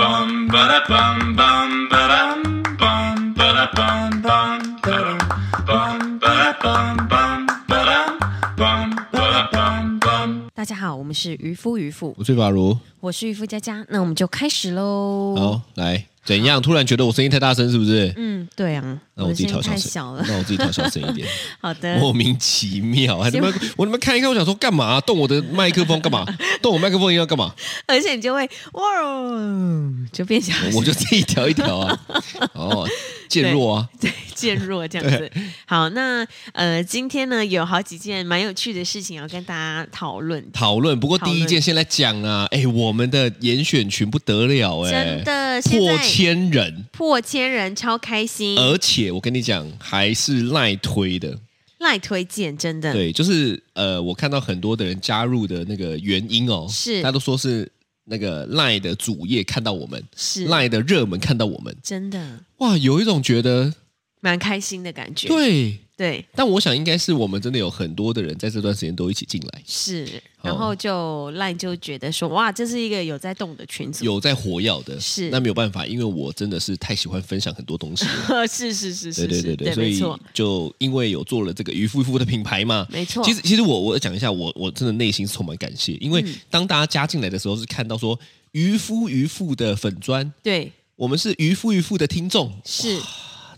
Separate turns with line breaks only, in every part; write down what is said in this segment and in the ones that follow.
bum ba da bum bum ba dum bum ba da bum bum ba dum bum ba da bum bum ba dum bum ba da bum bum.
大家好，我们是渔夫渔妇，
我是法如，
我是渔夫佳佳，那我们就开始喽。
好，来怎样？突然觉得我声音太大声，是不是？
嗯，对啊，
那
我的
自己
声
调
音
小
太
声，
小了。呃
那我自己调小声一点。
好的，
莫名其妙，还他妈我他妈看一看，我想说干嘛、动我的麦克风干 嘛？动我麦克风要干嘛？
而且你就会哇哦，就变小声，
我就自己调一调啊。哦，渐弱啊。
对渐弱这 样子。好，那呃，今天呢有好几件蛮有趣的事情要跟大家讨论。
讨论，不过第一
讨论
件先来讲啊，哎，我们的严选群不得了哎、
真的现在
破千呃人，
破千人超开心，
而且我跟你讲，还是赖推的，
赖推荐真的
对，就是呃，我看到很多的人加入的那个原因哦，
是
他都说是那个赖的主页看到我们，
是
赖的热门看到我们，
真的
哇，有一种觉得
蛮开心的感觉。
对，
对
但我想应该是我们真的有很多的人在这段时间都一起进来，
是，
哦
然后就赖就觉得说，哇，这是一个有在动的群组，
有在活跃的，
是
那没有办法，因为我真的是太喜欢分享很多东西 了。
是是 是
对
是
对
是，
对对，所
没
以
错
就因为有做了这个渔夫夫的品牌嘛，
没错，
其实，其实我我讲一下，我我真的内心是充满感谢，
嗯
因为当大家加进来的时候，是看到说渔夫渔妇的粉砖，
对
我们是渔夫渔妇的听众，
是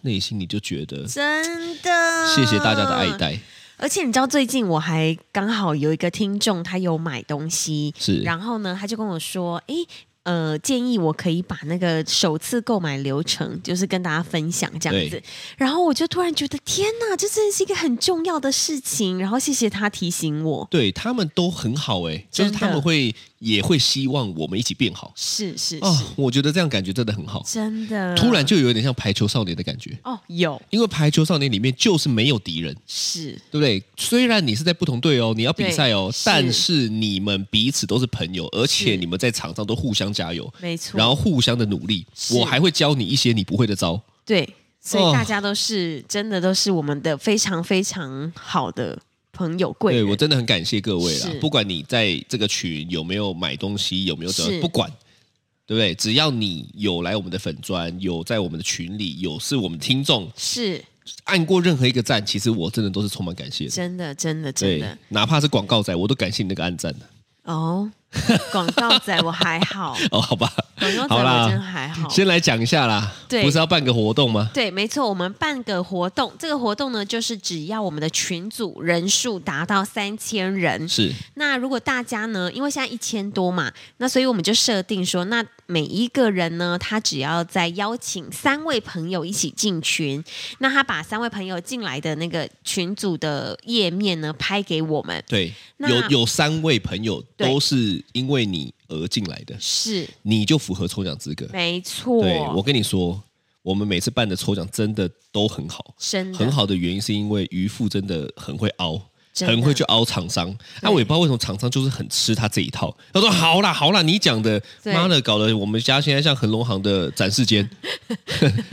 内心你就觉得
真的，
谢谢大家的爱。戴，
而且你知道，最近我还刚好有一个听众，他有买东西，
是
然后呢，他就跟我说，诶。呃，建议我可以把那个首次购买流程，就是跟大家分享这样子
对。
然后我就突然觉得，天哪，这真的是一个很重要的事情。然后谢谢他提醒我，
对他们都很好哎、就是
真的
他们会也会希望我们一起变好
是是是，
啊、我觉得这样感觉真的很好，
真的。
突然就有点像排球少年的感觉，
哦，有
因为排球少年里面就是没有敌人。
是
对不对？虽然你是在不同队哦，你要比赛哦
对，
但
是
是你们彼此都是朋友，而且
是
你们在场上都互相加油，
没错。
然后互相的努力。
是
我还会教你一些你不会的招，
对，所以
哦
大家都是、真的都是我们的非常非常好的朋友贵
对
人。
我真的很感谢各位啦
是。
不管你在这个群有没有买东西，有没有怎么样
是
不管。对不对？只要你有来我们的粉砖，有在我们的群里，有是我们听众，
是
按过任何一个赞，其实我真的都是充满感谢的。
真的，真的，真
对
的，
哪怕是广告仔，我都感谢你那个按赞的。
哦。广告仔我还 好，
哦，好吧，
广告仔
好啦
我真还好。
先来讲一下啦，
对
不是要办个活动吗？
对，没错，我们办个活动，这个活动呢，就是只要我们的群组人数达到三千人，
是
那如果大家呢，因为现在一千多嘛，那所以我们就设定说，那每一个人呢，他只要再邀请三位朋友一起进群，那他把三位朋友进来的那个群组的页面呢拍给我们，
对，
那
有有三位朋友
对
都是因为你而进来的，
是
你就符合抽奖资格。
没错，
对我跟你说，我们每次办的抽奖真的都很好，
真的
很，好的原因是因为渔夫真的很会凹。
真的
很会去凹厂商，啊，我也不知道为什么厂商就是很吃他这一套。他说：“好啦，好啦，你讲的，
对
妈的，搞得我们家现在像恒隆行的展 示间，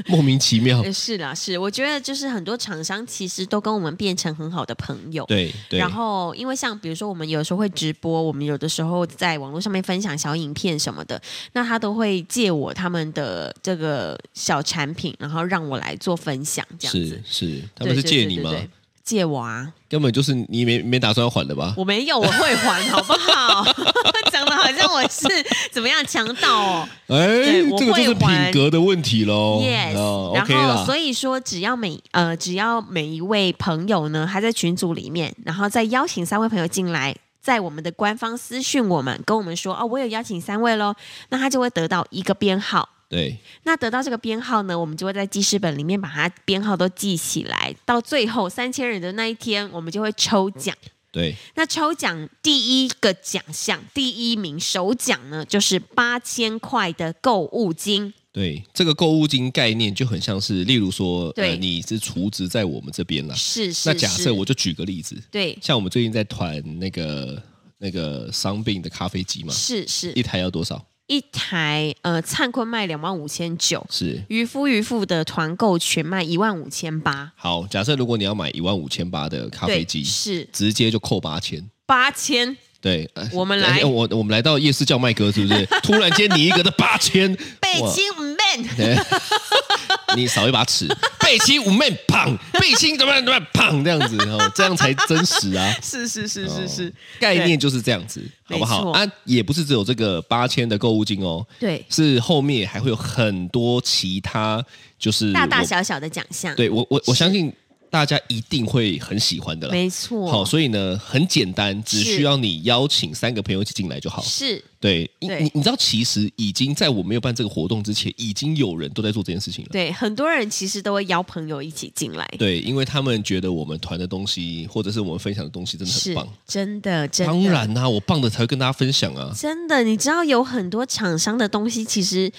莫名其妙。
呃是啦，是，我觉得就是很多厂商其实都跟我们变成很好的朋友，
对”对
然后，因为像比如说，我们有时候会直播，我们有的时候在网络上面分享小影片什么的，那他都会借我他们的这个小产品，然后让我来做分享，这样子
是。是，他们是
对
借你吗？？
对对对对借我啊！
根本就是你没没打算要还的吧？
我没有，我会还，好不好？ 讲的好像我是怎么样强盗哦。
哎
对我，
这个就是
会还
品格的问题喽。
yes，、
哦
然
，OK 啦
后，所以说，只要每呃，只要每一位朋友呢，他在群组里面，然后再邀请三位朋友进来，在我们的官方私讯我们，跟我们说哦，我有邀请三位喽，那他就会得到一个编号。
对，
那得到这个编号呢，我们就会在记事本里面把它编号都记起来。到最后三千人的那一天，我们就会抽奖。
对，
那抽奖第一个奖项，第一名首奖呢，就是八千块的购物金。
对，这个购物金概念就很像是，例如说，
对
呃，你是储值在我们这边啦。
是是，
那假
是
设我就举个例子，
对
像我们最近在团那个那个伤病的咖啡机嘛，
是是
一台要多少？
一台呃灿坤卖两万五千九，
是
渔夫渔妇的团购全卖一万五千八，
好，假设如果你要买一万五千八的咖啡
对
机，
是
直接就扣八千，
八千
对，呃
我们来
哎我我们来到夜市叫卖哥，是 不是？突然间你一个的八千，
北
哇
京唔 man，
对 你少一把尺，背七五妹砰，背七怎么样怎么样砰，这样子哦，这样才真实啊。哦
是是是 是是，
概念就是这样子，
对
好不好？
没错
啊，也不是只有这个八千的购物金哦，
对
是后面还会有很多其他，就是
大大
我
小小的奖项，
对我我我相信大家一定会很喜欢的啦。
没错，
好，所以呢，很简单，只
是
需要你邀请三个朋友一起进来就好。
是
对，你
对
你你知道，其实已经在我没有办这个活动之前，已经有人都在做这件事情了。
对，很多人其实都会邀朋友一起进来，
对，因为他们觉得我们团的东西，或者是我们分享的东西，真的很
是
棒。
真的真的，
当然啊啦、我棒的才会跟大家分享啊。
真的，你知道有很多厂商的东西，其实，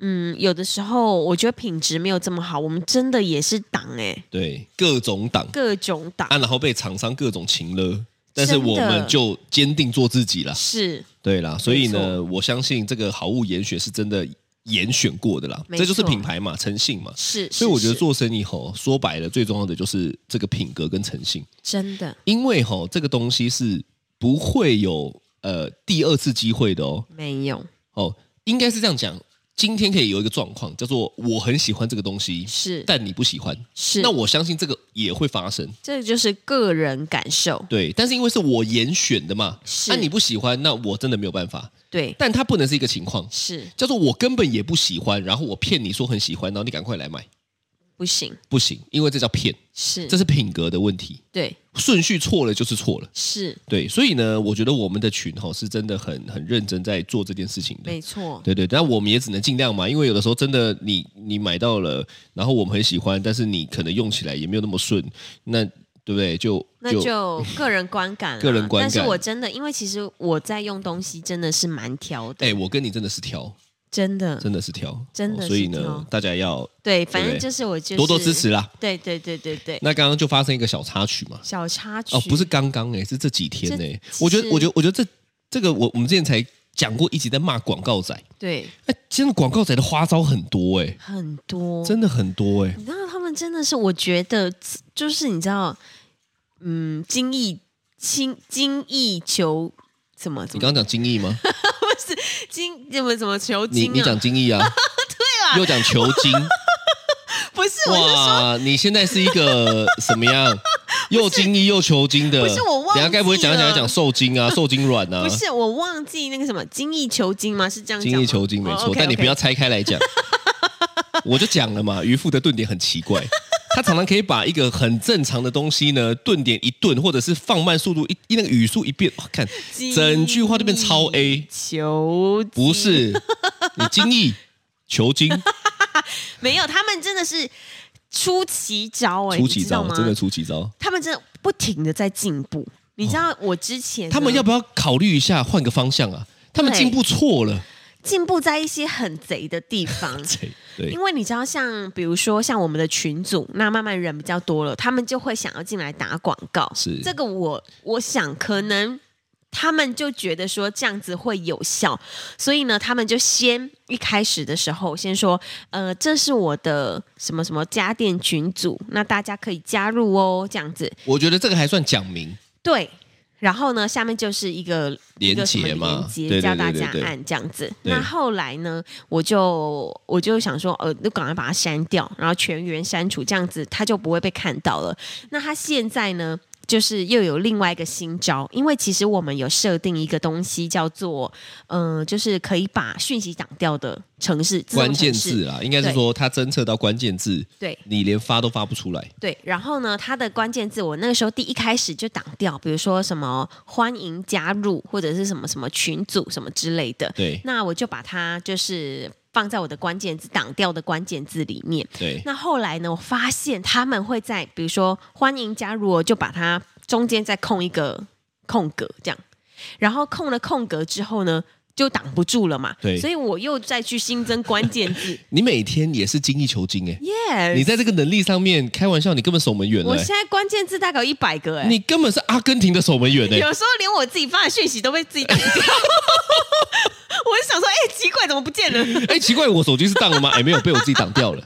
嗯，有的时候我觉得品质没有这么好，我们真的也是挡哎、
对，各种党
各种挡、
啊，然后被厂商各种情了，但是
真的
我们就坚定做自己啦。
是
对啦，所以呢，我相信这个好物严选是真的严选过的啦，
没
这就是
错
品牌嘛，诚信嘛。
是，
所以我觉得
是
做生意吼，说白了最重要的就是这个品格跟诚信，
真的
因为吼这个东西是不会有呃第二次机会的哦。
没有
哦，应该是这样讲，今天可以有一个状况叫做我很喜欢这个东西，
是
但你不喜欢，
是，
那我相信这个也会发生。
这就是个人感受，
对，但是因为是我严选的嘛，啊
是
那、你不喜欢，那我真的没有办法。
对，
但它不能是一个情况，
是
叫做我根本也不喜欢，然后我骗你说很喜欢，然后你赶快来买，
不行，
不行，因为这叫骗，
是
这是品格的问题，
对
顺序错了就是错了。
是
对，所以呢，我觉得我们的群吼是真的很很认真在做这件事情的。
没错，
对对，但我们也只能尽量嘛，因为有的时候真的你你买到了，然后我们很喜欢，但是你可能用起来也没有那么顺，那对不对？就
那就个人观感啦，
个人观
但
感
是我真的，因为其实我在用东西真的是蛮挑的，
哎、我跟你真的是挑，
真的
真的是挑，哦
真的是
所以
挑
呢，大家要
对，反正
对
就是我就是
多多支持，啦。
对对对对对。
那刚刚就发生一个小插曲嘛，
小插曲
哦，不是刚刚哎、是这几天哎、
这
我觉得，
是
我觉得，我觉得这这个我我们之前才讲过，一直在骂广告仔，
对，
哎、真的广告仔的花招很多哎、
很多。
真的很多哎、
你知道他们真的是，我觉得就是你知道，嗯，精益精精益求怎么怎
你
么
刚刚讲精益 吗？
精怎么怎么求
你
精
你
啊？
讲精益 啊？对啊，又讲求精。
不是，我是说
哇，你现在是一 个什么样？又精益又求精的，
不是我忘记
等一下该不会讲一讲
了
要讲受 精啊，受精卵啊
不？是我忘记那个什么精益求精吗？是这样讲吗
精益求精没
哦
错，
，OK，
但你
OK
不要拆开 来讲。我就讲了嘛，渔夫的顿点很奇怪，他常常可以把一个很正常的东西呢，顿点一顿，或者是放慢速度一一那个语速一变，哇看
精益
整句话就变超 A，
求精
不是你精益 求精，
没有，他们真的是出奇招哎、
出奇
你知道
招，
吗？
真的出奇招。
他们真的不停的在进步。你知道我之前呢
哦他们要不要考虑一下换个方向啊？他们
对
进步错了，
进步在一些很贼的地方，
对对
因为你知道，像比如说像我们的群组，那慢慢人比较多了，他们就会想要进来打广告。
是
这个我，我想可能他们就觉得说这样子会有效，所以呢，他们就先一开始的时候先说，呃，这是我的什么什么家电群组，那大家可以加入哦，这样子
我觉得这个还算讲明，
对。然后呢，下面就是一个
连
一
结
个什么
嘛
连接
对对
叫大
对
家
对对
按这样子。
对
那后来呢，我就我就想说，呃，就赶快把它删掉，然后全员删除，这样子他就不会被看到了。那他现在呢，就是又有另外一个新招，因为其实我们有设定一个东西叫做，嗯、就是可以把讯息挡掉的城市自动
关键
程式
字啦，应该是
对
说他侦测到关键字，
对。
你连发都发不出来。
对，然后呢，它的关键字我那个时候第一开始就挡掉，比如说什么欢迎加入，或者是什么什么群组什么之类的。
对
那我就把它就是放在我的关键字挡掉的关键字里面。
对，
那后来呢，我发现他们会在比如说欢迎加入哦，就把它中间再空一个空格这样，然后空了空格之后呢，就挡不住了嘛。
对
所以我又再去新增关键 字。
你每天也是精益求精哎、
耶、
你在这个能力上面开玩笑，你根本守门员
我
了、欸
现在关键字大概有一百个哎、
你根本是阿根廷的守门员哎、
有时候连我自己发的讯息都被自己挡掉。 我就想说，哎、奇怪，怎么不见了？
哎、奇怪，我手机是当了吗？哎、没有，被我自己挡掉了。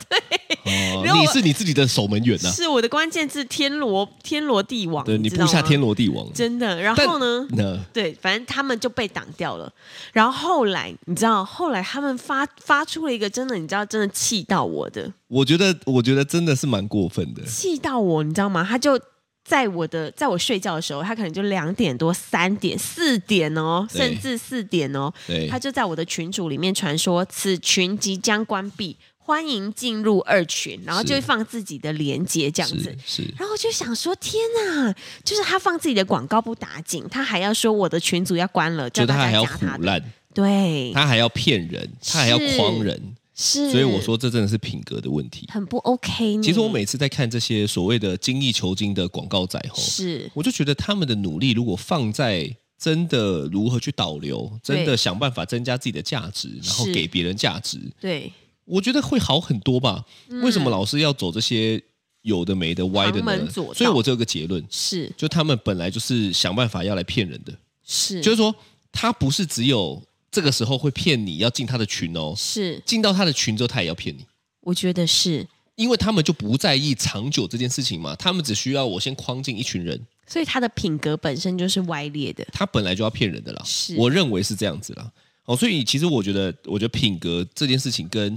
哦
如果我
你是你自己的守门员呐、
是我的关键字天罗天罗地网，
对你
知道
布下
吗
天罗地网。
真的。然
但呃
后呢？
那
对，反正他们就被挡掉了。然后后来，你知道，后来他们发发出了一个真的，你知道，真的气到我的，
我觉得，我觉得真的是蛮过分的。
气到我，你知道吗？他就在我的，在我睡觉的时候，他可能就两点多、三点、四点哦，
对
甚至四点哦，
对
他就在我的群组里面传说，此群即将关闭，欢迎进入二群，然后
是
就会放自己的连接这样子
是。是，
然后我就想说，天哪！就是他放自己的广告不打紧，他还要说我的群组要关了，
就
叫
他
大
还要
家加
胡
他的。
烂，
对，
他还要骗人，他还要
是
诓人，
是。嗯
所以我说这真的是品格的问题。
很不 OK 呢。
其实我每次在看这些所谓的精益求精的广告仔吼，
是
我就觉得他们的努力如果放在真的如何去导流，真的
对
想办法增加自己的价值，然后
是
给别人价值，
对
我觉得会好很多吧。为什么老是要走这些有的没的歪的
嗯旁门
呢？
左道
所以我只有个结论，
是
就他们本来就是想办法要来骗人的，
是
就是说他不是只有这个时候会骗你要进他的群哦，
是，
进到他的群之后他也要骗你。
我觉得是。
因为他们就不在意长久这件事情嘛，他们只需要我先框进一群人，
所以他的品格本身就是歪劣的。
他本来就要骗人的啦
是，
我认为是这样子啦。哦，所以其实我觉得，我觉得品格这件事情跟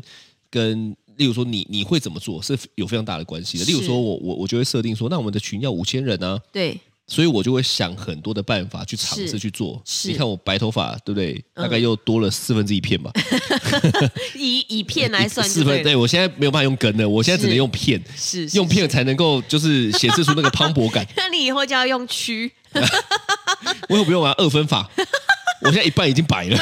跟，例如说你你会怎么做是有非常大的关系的。
是
例如说我我我就会设定说，那我们的群要五千人啊，
对，
所以我就会想很多的办法去尝试
是
去做。
是
你看我白头发对不对？
嗯
大概又多了四分之一片吧，
以以片来算
四
就
分。
对
对
了，
我现在没有办法用根了，我现在只能
是
用片，
是是
用片
是
才能够就是显示出那个磅 礴感。
那你以后就要用 区，
我有不用玩二分法？我现在一半已经白了，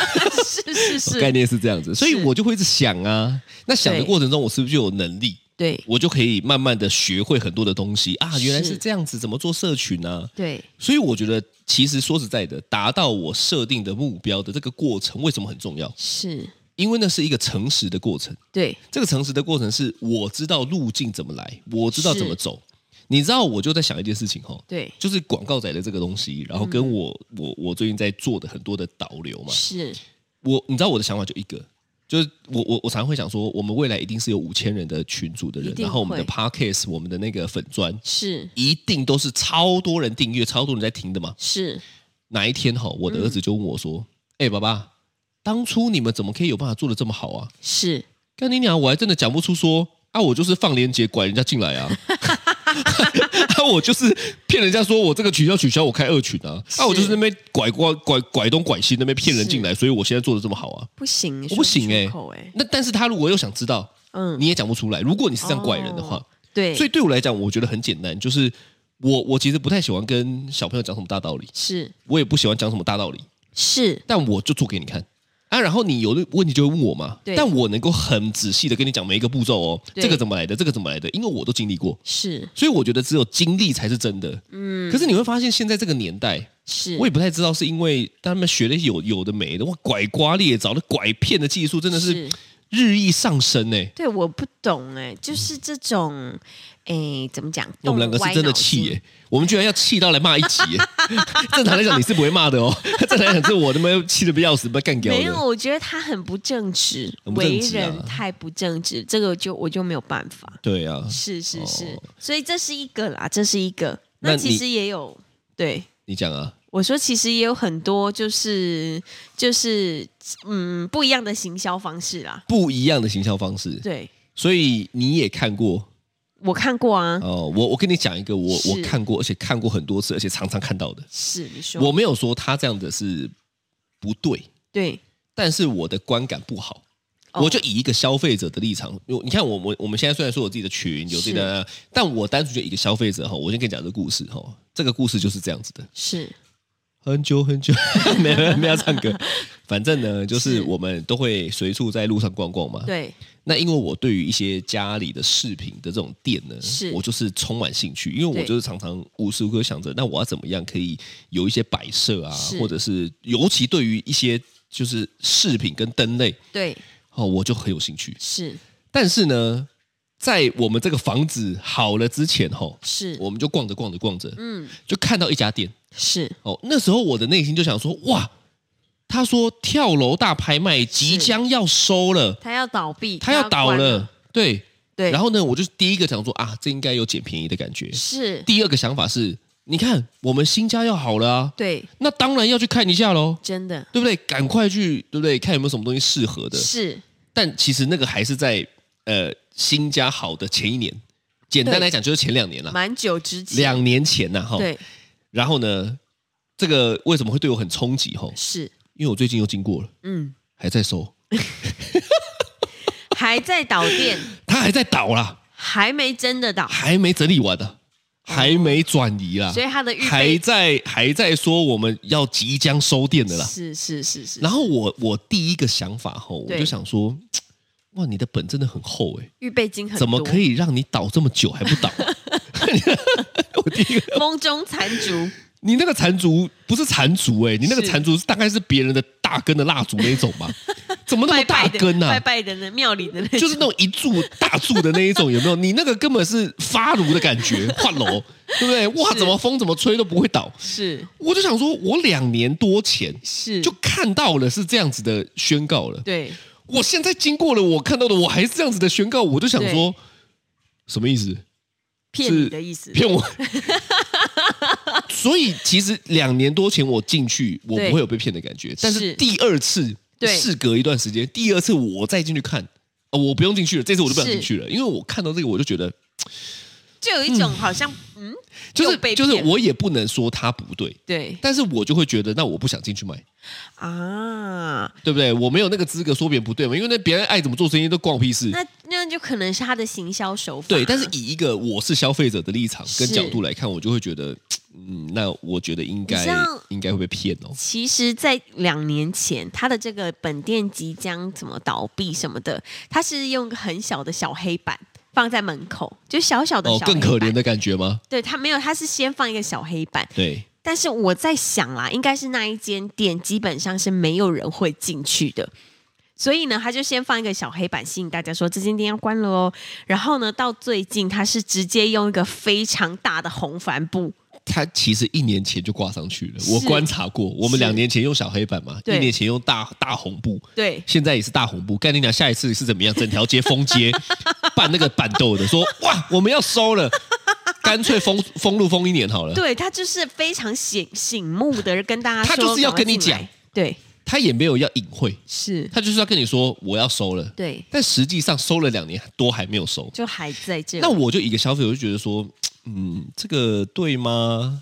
是是
概
是，
念是这样子，所以我就会一直想啊。那想的
对
过程中，我是不是就有能力？
对
我就可以慢慢的学会很多的东西啊，
是
原来是这样子，怎么做社群呢、
对
所以我觉得，其实说实在的，达到我设定的目标的这个过程，为什么很重要？
是，
因为那是一个诚实的过程。
对
这个诚实的过程是我知道路径怎么来，我知道
是
怎么走。你知道，我就在想一件事情哈、哦，
对
就是广告仔的这个东西，然后
嗯
跟我、我我最近在做的很多的导流嘛，
是
我你知道我的想法就一个，就是我我我常会想说，我们未来一定是有五千人的群组的人
一，定
然后我们的
会
podcast，我们的那个粉砖，
是
一定都是超多人订阅，超多人在听的嘛。
是，
哪一天哈，我的儿
嗯
子就问我说：“哎、爸爸，当初你们怎么可以有办法做的这么好啊？”
是
跟你讲，我还真的讲不出说啊，我就是放链接拐人家进来啊， 啊，我就是骗人家说我这个取消取消，我开二群啊，啊，我就是那边拐过拐拐东拐西那边骗人进来，所以我现在做的这么好啊。
不行，
我不行
哎、
哎、那但是他如果又想知道，
嗯，
你也讲不出来。如果你是这样怪人的话，
哦对，
所以对我来讲，我觉得很简单，就是我我其实不太喜欢跟小朋友讲什么大道理，
是
我也不喜欢讲什么大道理，
是
但我就做给你看啊。然后你有的问题就会问我嘛，
对
但我能够很仔细的跟你讲每一个步骤哦，
对
这个怎么来的，这个怎么来的，因为我都经历过。
是
所以我觉得只有经历才是真的，嗯。可是你会发现，现在这个年
嗯
代，
是，
我也不太知道是因为他们学的有有的没的，哇，拐瓜裂枣的拐骗的技术真的是日益上升呢、欸
对，我不懂哎、就是这种哎、怎么讲？
我们两个是真的气耶、我们居然要气到来骂一集耶、 正常来讲你是不会骂的哦， 正常来讲是我他妈气的不要死，被干掉
没有，
的。
我觉得他很不正直，
很不
为
正直啊
人太不正直，这个就我就没有办法。
对啊，
是是是，
哦
所以这是一个啦，这是一个。
那
那
你
其实也有对。
你讲啊，
我说，其实也有很多，就是就是，嗯，不一样的行销方式啦。
不一样的行销方式，
对，
所以你也看过
我看过啊，
哦。我我跟你讲一个我
是
我看过，而且看过很多次，而且常常看到的。
是你说，
我没有说他这样的是不对，
对，
但是我的观感不好。
哦
我就以一个消费者的立场，因为你看我我我们现在虽然说有自己的群，有自己的，但我单纯就一个消费者哈，我先跟你讲这个故事哈，这个故事就是这样子的。
是
很久很久， 没有没有要唱歌，反正呢，就是
是
我们都会随处在路上逛逛嘛。
对
那因为我对于一些家里的饰品的这种店呢
是，
我就是充满兴趣，因为我
对
就是常常无时无刻想着，那我要怎么样可以有一些摆设啊，
是
或者是尤其对于一些就是饰品跟灯类，
对
哦，我就很有兴趣。
是
但是呢，在我们这个房子好了之前，吼，
是，
我们就逛着逛着逛着，
嗯
就看到一家店。
是
哦，那时候我的内心就想说，哇，他说跳楼大拍卖即将要收了，
他要倒闭，
他要倒
关
了，对。
对
然后呢，我就第一个想说啊，这应该有捡便宜的感觉。
是，
第二个想法是，你看我们新家要好了啊，
对，
那当然要去看一下喽，
真的
对不对？赶快去，对不对？看有没有什么东西适合的。
是
但其实那个还是在呃新家好的前一年，简单
对
来讲就是前两年了，
蛮久之前，
两哦年前呐、哈。
对
然后呢，这个为什么会对我很冲击？哈，
是，
因为我最近又经过了，
嗯，
还在收，
还在导电，
它还在倒啦，
还没真的导，
还没整理完呢、还没转移啦，
所以它的预
还
备
在还在说我们要即将收店的啦。
是是是是，
然后我我第一个想法吼，我
对
就想说，哇，你的本真的很厚哎、
预备金很
怎么可
以
以让你倒这么久还不 倒、我第一个，
风中残烛？
你那个缠足不是缠足哎、你那个
是
缠足是大概是别人的大根的蜡烛那种 吧？怎么那么
拜
大
拜的
根呢、啊
拜拜的那庙里的那种，
就是那种一柱大柱的那一种，有没有？你那个根本是发炉的感 觉，换楼，对不对？哇，
是
怎么风怎么吹都不会倒。
是
我就想说，我两年多前
是
就看到了是这样子的宣告了。
对
我现在经过了，我看到的我还是这样子的宣告，我就想说，什么意思？
骗你的意思，
骗 我？所以其实两年多前我进去，我
对
不会有被骗的感觉。但是
是
第二次，
对
事隔一段时间，第二次我再进去看，哦，我不用进去了，这次我就不想
是
进去了，因为我看到这个我就觉得，
就有一种好像嗯，
就
又
是
被
就是
骗了
我也不能说他不对，
对
但是我就会觉得，那我不想进去买，
啊，
对不对？我没有那个资格说别人不对嘛，因为那别人爱怎么做生意都关我屁事。
那那就可能是他的行销手法，
对，但是以一个我是消费者的立场跟
是
角度来看，我就会觉得，嗯，那我觉得应该
你知道
应该会被骗哦。
其实，在两年前，他的这个本店即将怎么倒闭什么的，他是用一个很小的小黑板放在门口，就小小的
哦
小，黑
更
板。
可怜的感觉吗？
对他没有，他是先放一个小黑板。
对，
但是我在想啦，应该是那一间店基本上是没有人会进去的。所以呢，他就先放一个小黑板，吸引大家说这间店要关了哦。然后呢，到最近他是直接用一个非常大的红帆布，
他其实一年前就挂上去了，
是
我观察过，我们
是
两年前用小黑板嘛，一
对
年前用大大红布，
对，
现在也是大红布。干你俩下一次是怎么样？整条街 封街，办那个板豆的，说哇，我们要收了， 干脆封封路封一年好了。
对他就是非常醒醒目的跟大家说，
他就是要跟你
赶快进来，对，
他也没有要隐晦，
是，
他就是要跟你说我要收了，
对，
但实际上收了两年多还没有收。
就还在这。
那我就一个消费，我就觉得说，嗯，这个对吗？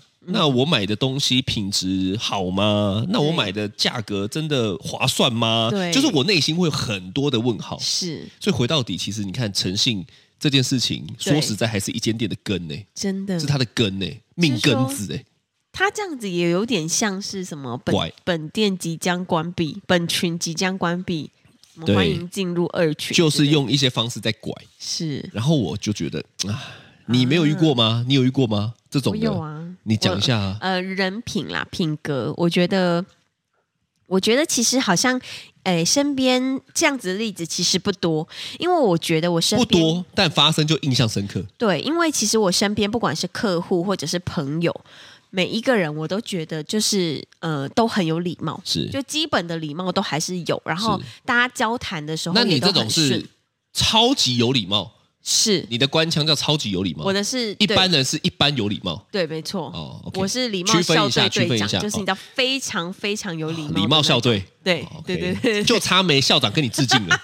嗯
那我买的东西品质好吗？那我买的价格真的划算吗？
对
就是我内心会有很多的问号。
是
所以回到底，其实你看诚信这件事情，
对嗯
说实在还是一间店的根呢、
真的
是，它的根呢、欸命根子哎、
他这样子也有点像是什么本
怪
本店即将关闭，本群即将关闭，我们
对
欢迎进入二群之类
就
的，
是用一些方式在拐。
是
然后我就觉得啊，你没有遇过吗？你有遇过吗？这
啊我
种的，
有啊，
你讲一下啊。
呃人品啦，品格，我觉得，我觉得其实好像，哎，身边这样子的例子其实不多，因为我觉得我身
不
边
多，但发生就印象深刻。
对，因为其实我身边不管是客户或者是朋友，每一个人我都觉得就是呃都很有礼貌，
是
就基本的礼貌都还是有。然后
是
大家交谈的时候
那
也
你
都
这
很
种是
顺
超级有礼貌，
是
你的官腔叫超级有礼貌
我。的是
一
对
般人是一般有礼貌，
对，没错。
哦，OK
我是礼貌
区分一
校
下
队
区分
队
一
长，
下哦啊
就是你知道非常非常有礼貌的那，
礼貌校队。
对
哦
对
OK
对对对
就差没校长跟你致敬 了。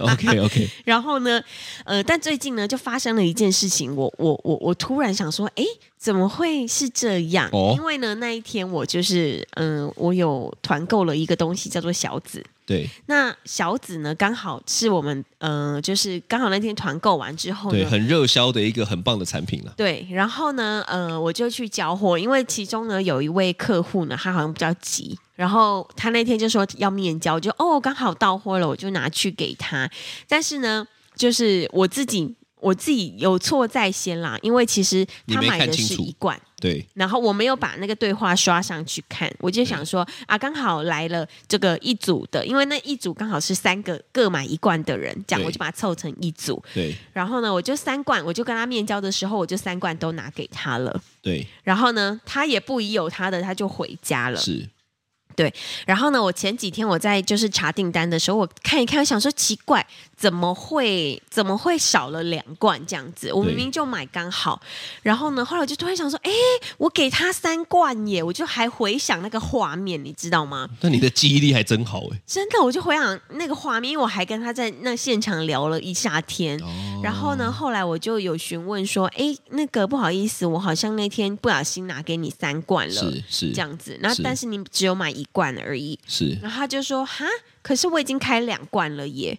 OK 哦 OK，
然后呢，呃，但最近呢就发生了一件事情，我我我我突然想说，哎，怎么会是这样？
哦
因为呢那一天我就是，嗯、我有团购了一个东西叫做小紫。
对
那小紫呢，刚好是我们，嗯、就是刚好那天团购完之后
对，
呢。
很热销的一个很棒的产品了。
对，然后呢，呃，我就去交货，因为其中呢有一位客户呢，他好像比较急，然后他那天就说要面交，我就哦刚好到货了，我就拿去给他。但是呢，就是我自己我自己有错在先啦，因为其实
你
他
没
买
看
的
清
是
楚
一罐，
对，
然后我没有把那个对话刷上去看，我就
嗯
想说啊，刚好来了这个一组的，因为那一组刚好是三个各买一罐的人，这样
对
我就把它凑成一组。
对
然后呢，我就三罐，我就跟他面交的时候，我就三罐都拿给他了。
对
然后呢，他也不疑有他的，他就回家了。
是，
对，然后呢，我前几天我在就是查订单的时候，我看一看，我想说奇怪，怎么会怎么会少了两罐这样子？我明
对
明就买刚好，然后呢，后来我就突然想说，哎，我给他三罐耶，我就还回想那个画面，你知道吗？
那你的记忆力还真好哎、
真的，我就回想那个画面，因为我还跟他在那现场聊了一下天。
哦
然后呢，后来我就有询问说，哎，那个不好意思，我好像那天不小心拿给你三罐了，
是是
这样子。那
是
但是你只有买一罐而已。
是，
然后他就说：“哈，可是我已经开两罐了 耶。”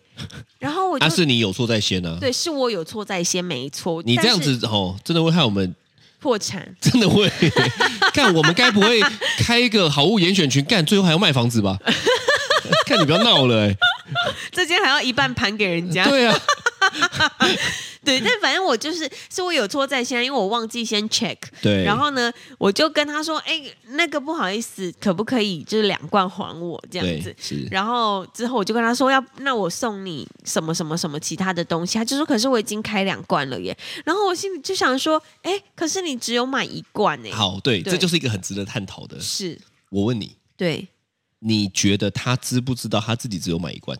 然后我就、
啊是你有错在先啊，
对，是我有错在先，没错。
你
但
这样
是
子哦，真的会害我们，
破产，
真的会，看我们该不会开一个好物严选群，干最后还要卖房子吧？ 看你不要闹了 哎、
这间还要一半盘给人家。
对啊，
对但反正我就是是我有错在先，因为我忘记先 check。
对，啊
然后呢，我就跟他说：“哎，那个不好意思，可不可以就是两罐还我这样子
对？”是
然后之后我就跟他说要，那我送你什么什么什么其他的东西，他就说可是我已经开两罐了耶。然后我心里就想说，哎，可是你只有买一罐哎，
好，对，
对
这就是一个很值得探讨的。
是，
我问你，
对，
你觉得他知不知道他自己只有买一罐？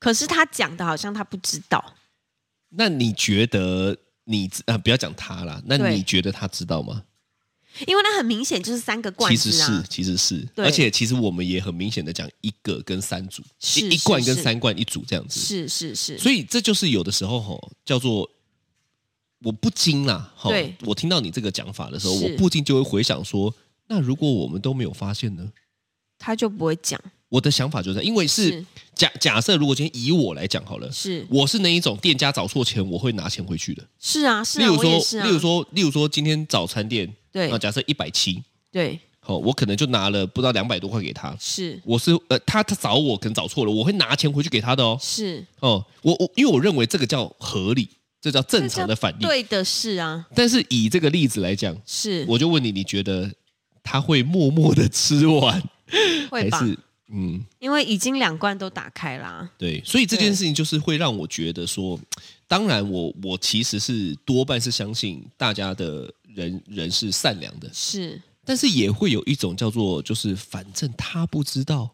可是他讲的好像他不知道，
那你觉得你知啊、不要讲他啦，那
对
你觉得他知道吗？
因为那很明显就是三个罐
其实
子
是
啊，，
其实是，
对
而且其实我们也很明显的讲一个跟三组，
是
一一罐
是
跟
是
三罐一组这样子，
是是是，
所以这就是有的时候吼叫做。我不禁啦，吼
对
我听到你这个讲法的时候，
是
我不禁就会回想说，那如果我们都没有发现呢？
他就不会讲，
我的想法就是，因为是
是
假假设，如果今天以我来讲好了，
是
我是那一种店家找错钱，我会拿钱回去的。
是啊是
例
啊，
如
我也
说，
是啊，
例如说，例如说，今天早餐店，
对
那假设一百七，
对
好，我可能就拿了不到两百多块给他。
是
我是呃，他他找我可能找错了，我会拿钱回去给他的哦。
是
哦，我我因为我认为这个叫合理，这叫正常的反应。
对的是啊
但是以这个例子来讲，
是
我就问你，你觉得他会默默的吃完，
会
还
吧，
是嗯？
因为已经两罐都打开啦，
对，所以这件
对
事情就是会让我觉得说，当然我我其实是多半是相信大家的人人是善良的，
是
但是也会有一种叫做就是反正他不知道，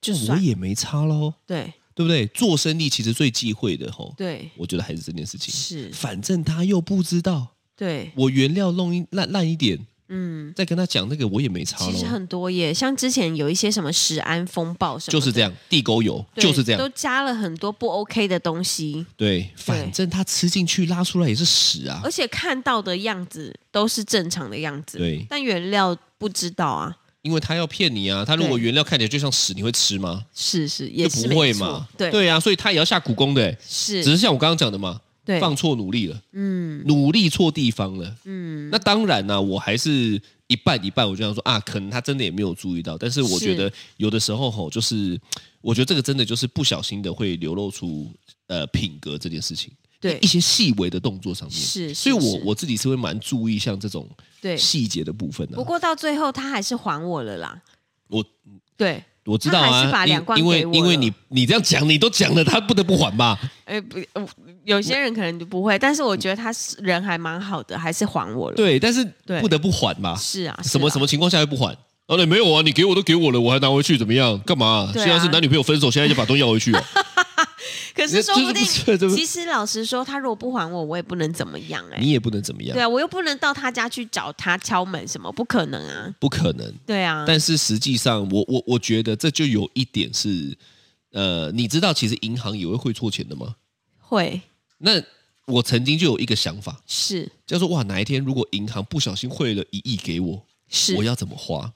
就
哦我
算
也没差喽，
对
对不对？做生意其实最忌讳的吼，
对
我觉得还是这件事情，
是
反正他又不知道，
对
我原料弄一烂烂一点，
嗯。
再跟他讲那个我也没差
其实
喽，
很多耶，像之前有一些什么食安风暴什么的，
就是这样，地沟油
对
就是这样
都，加了很多不 OK 的东西，
对，反正他吃进去拉出来也是屎啊
而，且看到的样子都是正常的样子，
对。
但原料不知道啊，
因为他要骗你啊！他如果
对
原料看起来就像屎，你会吃吗？
是是也
就是不会
没错
嘛。
对
啊，所以他也要下苦功的、欸，只
是
是像我刚刚讲的嘛，
对
放错努力了，
嗯
努力错地方了。
嗯
那当然呢、我还是一半一半，我就想说啊，可能他真的也没有注意到，但是
是
我觉得有的时候吼，就是我觉得这个真的就是不小心的会流露出呃品格这件事情，
对
一些细微的动作上面。
是，
所
是
以我
是
我自己是会蛮注意像这种
对，
细节的部分的、啊
不过到最后他还是还我了啦，
我
对，
我知道啊，
他还是把
因
两罐
因为
给我了
因为你你这样讲，你都讲了，他不得不还吧？
哎不，呃有些人可能就不会，但是我觉得他是人还蛮好的，还是还我了，
对，但是
对
不得不还吧？
是啊，
什么什
么
么情况下会不还？哦，对，没有啊，你给我都给我了，我还拿回去怎么样？干嘛、
对啊
现在是男女朋友分手，现在就把东西要回去哦。
可是说不定
这这这这
其实老实说，他如果不还我，我也不能怎么样哎、
你也不能怎么样
对，啊，我又不能到他家去找他敲门什么，不可能啊。
不可能。
对啊，
但是实际上，我我我觉得这就有一点是，呃，你知道，其实银行也会汇错钱的吗？
会
那我曾经就有一个想法，
是
叫做哇，哪一天如果银行不小心汇了一亿给我，
是
我要怎么花？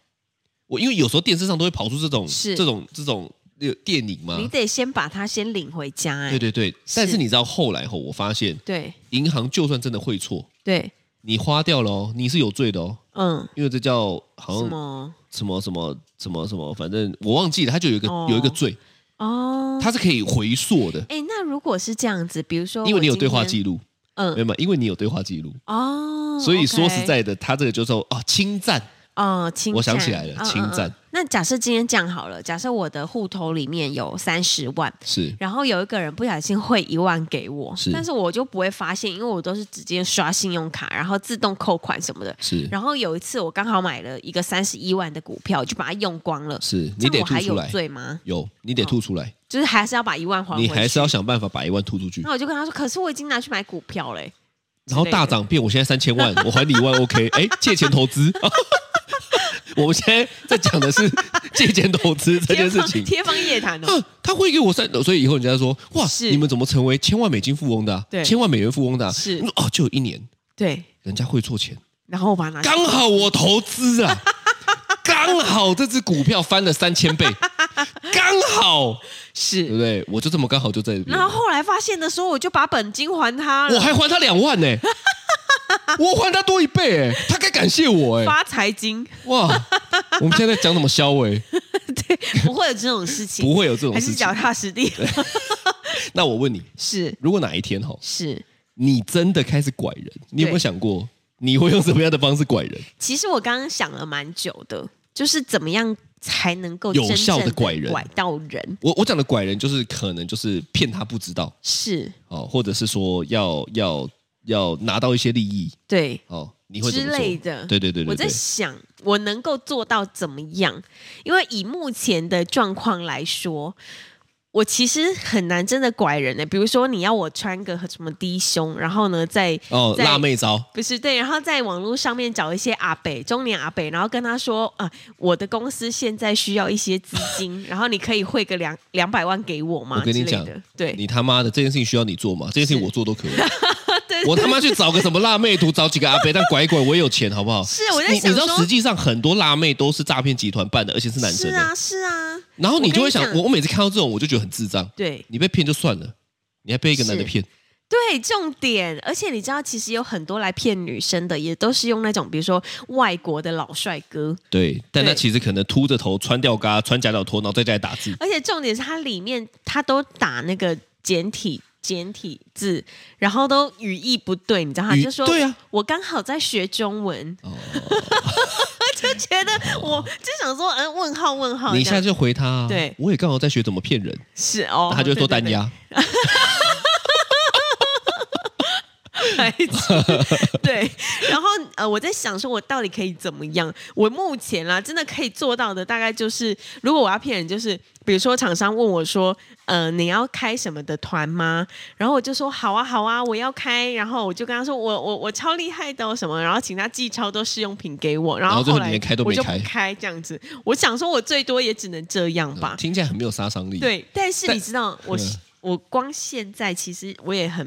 我因为有时候电视上都会跑出这种
是
这种这种呃电影嘛
你，得先把它先领回家、哎，
对对对。但
是
是你知道后来后，我发现
对
银行就算真的会错，
对，
你花掉了哦，你是有罪的哦，
嗯，
因为这叫好
什
像
么
什么什么什么什么，反正我忘记了，它就有一个
哦
有一个罪，
哦？
它是可以回溯的，
哎、那如果是这样子，比如说
因为你有对话
记，
记录，
哦嗯
明白吗？因为你有对话记录，
哦，
所以说
OK
实在的，它这个就叫做啊侵占，
哦，侵占
我想起来了
嗯嗯
侵占
嗯那假设今天这样好了，假设我的户头里面有三十万，
是
然后有一个人不小心汇一万给我，
是
但是我就不会发现，因为我都是直接刷信用卡，然后自动扣款什么的。
是
然后有一次我刚好买了一个三十一万的股票，我就把它用光了。
是，
这样
你得
我
吐
还
出
有
来，
罪吗？
有你得吐出来，
就是还是要把一万还回
你
去。
还是要想办法把一万吐出去
那。我就跟他说，可是我已经拿去买股票欸嘞、
然后大涨变，我现在三 千万，我还你一万，OK？哎，借钱投资。 我们现在在讲的是借钱投资这件
天
事
方
情。
天方 夜谭 哦。
啊，他会给我三，所以以后人家说，哇，
是
你们怎么成为千万美金富翁的啊、
对
千万美元富翁的啊、
是啊
我说哦，就有一年，
对，
人家会错钱，
然后我把它拿去
刚好我投 资啊，刚好这只股票翻了三 千倍，刚好，对
是。
不对？我就这么刚好就在这边
然，后后来发现的时候，我就把本金还他
我
了，
还还他两 万呢、我还他多一倍哎、他该感谢我哎、
发财 金，
哇！我们现在在讲什么肖伟？
不会有这种事情，
不会有这种
还
事
是
情
脚。踏实地，
那我问你，
是
如果哪一天哈，
是。
你真的开始拐人，你有没有
对
想过你会用什么样的方式拐人？
其实我刚刚想了蛮久的，就是怎么样才能够
有
真
效地
正地
拐人
拐到人，
我我讲的拐人就是可能就是骗他不知道
是
哦，或者是说要要要拿到一些利益
对。
哦，你会怎
之
么做
类的，
对对对
我
对
在
对，
想我能够做到怎么样？因为以目前的状况来说，我其实很难真的拐人的、欸比如说你要我穿个什么低胸，然后呢，在
哦，
在
辣妹招
不是对，然后在网络上面找一些阿北，中年阿北，然后跟他说啊、我的公司现在需要一些资金，然后你可以汇个两两百万给我吗？
我跟你
之类
讲
的对，
你他妈的这件事情需要你做吗？这件事情我做都可以。
对
我他妈去找个什么辣妹图，找几个阿伯，但拐一拐我也有钱，好不好？
是我在
你你
想
知道，
说
实际上很多辣妹都是诈骗集团办的，而且是男生
是
的。
啊是啊，
然后你就会想
我，跟你
我
讲
我每次看到这种，我就觉得很智障。
对
你被骗就算了，你还被一个男的
是
骗，
对，重点，而且你知道，其实有很多来骗女生的，也都是用那种比如说外国的老帅哥，
对，但他
对
其实可能秃着头、穿吊嘎、穿假脚拖，然后在家里打字。
而且重点是它里面它都打那个简体。简体字，然后都语义不对，你知道他
语
就说
对啊，
我刚好在学中文，
哦，
就觉得我就想说，嗯，问号问号，
你一
这
下
样
就回他、啊，
对
我也刚好在学怎么骗人，
是哦
那，他就会说单
对，
压，
对对 对对，然后呃，我在想说，我到底可以怎么样？我目前啦，真的可以做到的，大概就是，如果我要骗人，就是比如说厂商问我说，呃，你要开什么的团吗？然后我就说好啊，好啊，我要开。然后我就跟他说，我我我超厉害的、哦、什么，然后请他寄超多试用品给我。然
然后
后
最后
后
你
来
连开都没
我就
开
不开这样子。我想说，我最多也只能这样吧。
听起来很没有杀伤力。，
对，但是
但
你知道，我
嗯
我光现在其实我也很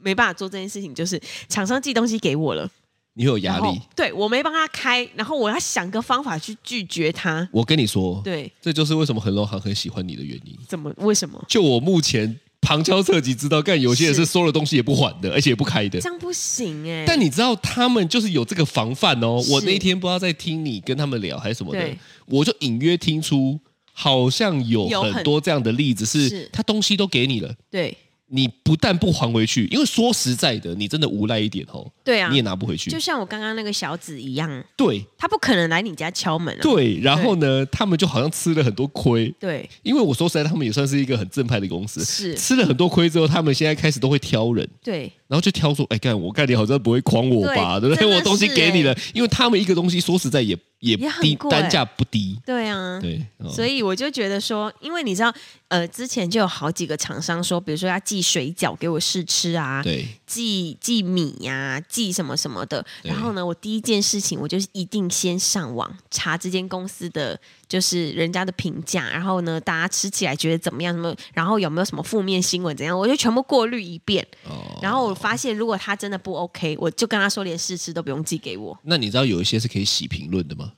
没办法做这件事情，就是厂商寄东西给我了，
你会有压
然后
力。
对我没帮他开，然后我要想个方法去拒绝他。
我跟你说，
对，
这就是为什么恒隆行很喜欢你的原因。
怎么？为什么？
就我目前旁敲侧击知道，干有些人是
是
收了东西也不还的，而且也不开的
这。样不行哎、
但你知道他们就是有这个防范哦。
是
我那天不知道在听你跟他们聊还是什么的
对，
我就隐约听出好像有
有很
很多这样的例子是，
是
他东西都给你了，
对
你不但不还回去，因为说实在的，你真的无赖一点哦，
对啊
你也，拿不回去
就。像我刚刚那个小紫一样，
对
他不可能来你家敲门啊。
对，然后呢，他们就好像吃了很多亏。
对
因为我说实在，他们也算是一个很正派的公司，
是
吃了很多亏之后，他们现在开始都会挑人，
对
然后就挑说，哎，干我干你好像不会诓我吧，对
对
不对？
真的
我东西
是
给你
哎
了，因为他们一个东西说实在也也
也很
低，
贵
单价不低，
对啊，
对，哦
所以我就觉得说，因为你知道，呃，之前就有好几个厂商说，比如说要寄水饺给我试吃啊，
对
寄寄米呀、寄什么什么的。
对
然后呢，我第一件事情我就是一定先上网查这间公司的，就是人家的评价，然后呢，大家吃起来觉得怎么样？什么？然后有没有什么负面新闻？怎样？我就全部过滤一遍。
哦。
然后我发现，如果他真的不 OK，我就跟他说，连试吃都不用寄给我。
那你知道有一些是可以洗评论的吗？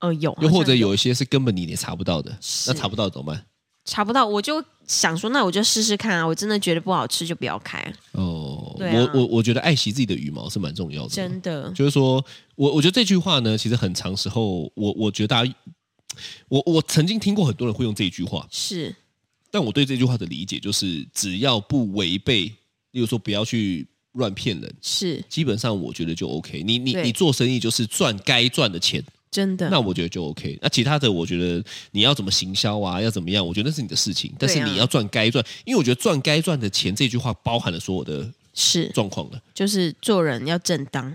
呃，有，
又
好像
或者有一些是根本你也查不到的，那查不到怎么办？
查不到，我就想说，那我就试试看啊。我真的觉得不好吃就不要开，啊
哦，
对
我
啊
我我觉得爱惜自己的羽毛是蛮重要的，
真的
就是说我我觉得这句话呢，其实很长时候，我我觉得大家，我我曾经听过很多人会用这一句话，
是
但我对这句话的理解就是，只要不违背，例如说不要去乱骗人，
是，
基本上我觉得就 OK 你。你你
对嗯
做生意就是赚该赚的钱，
真的
那我觉得就 OK。那其他的，我觉得你要怎么行销啊，要怎么样，我觉得那是你的事情。但是
对啊
你要赚该赚，因为我觉得赚该赚的钱这句话包含了所有的
是
状况了。
就是做人要正当，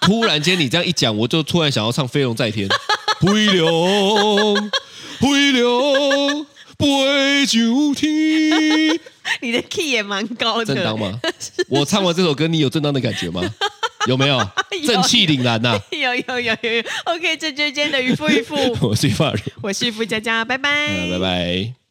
突然间你这样一讲，我就突然想要唱《飞龙在天》， 飞龙，飞龙，飞上天。
你的 key 也蛮高的，
正当吗？我唱完这首歌，你有正当的感觉吗？有没有
有
正气凛然呐、 啊
有有有有有，OK，这就是今天的渔夫渔夫，
我是发人，
我是付佳佳，拜拜，
呃拜拜。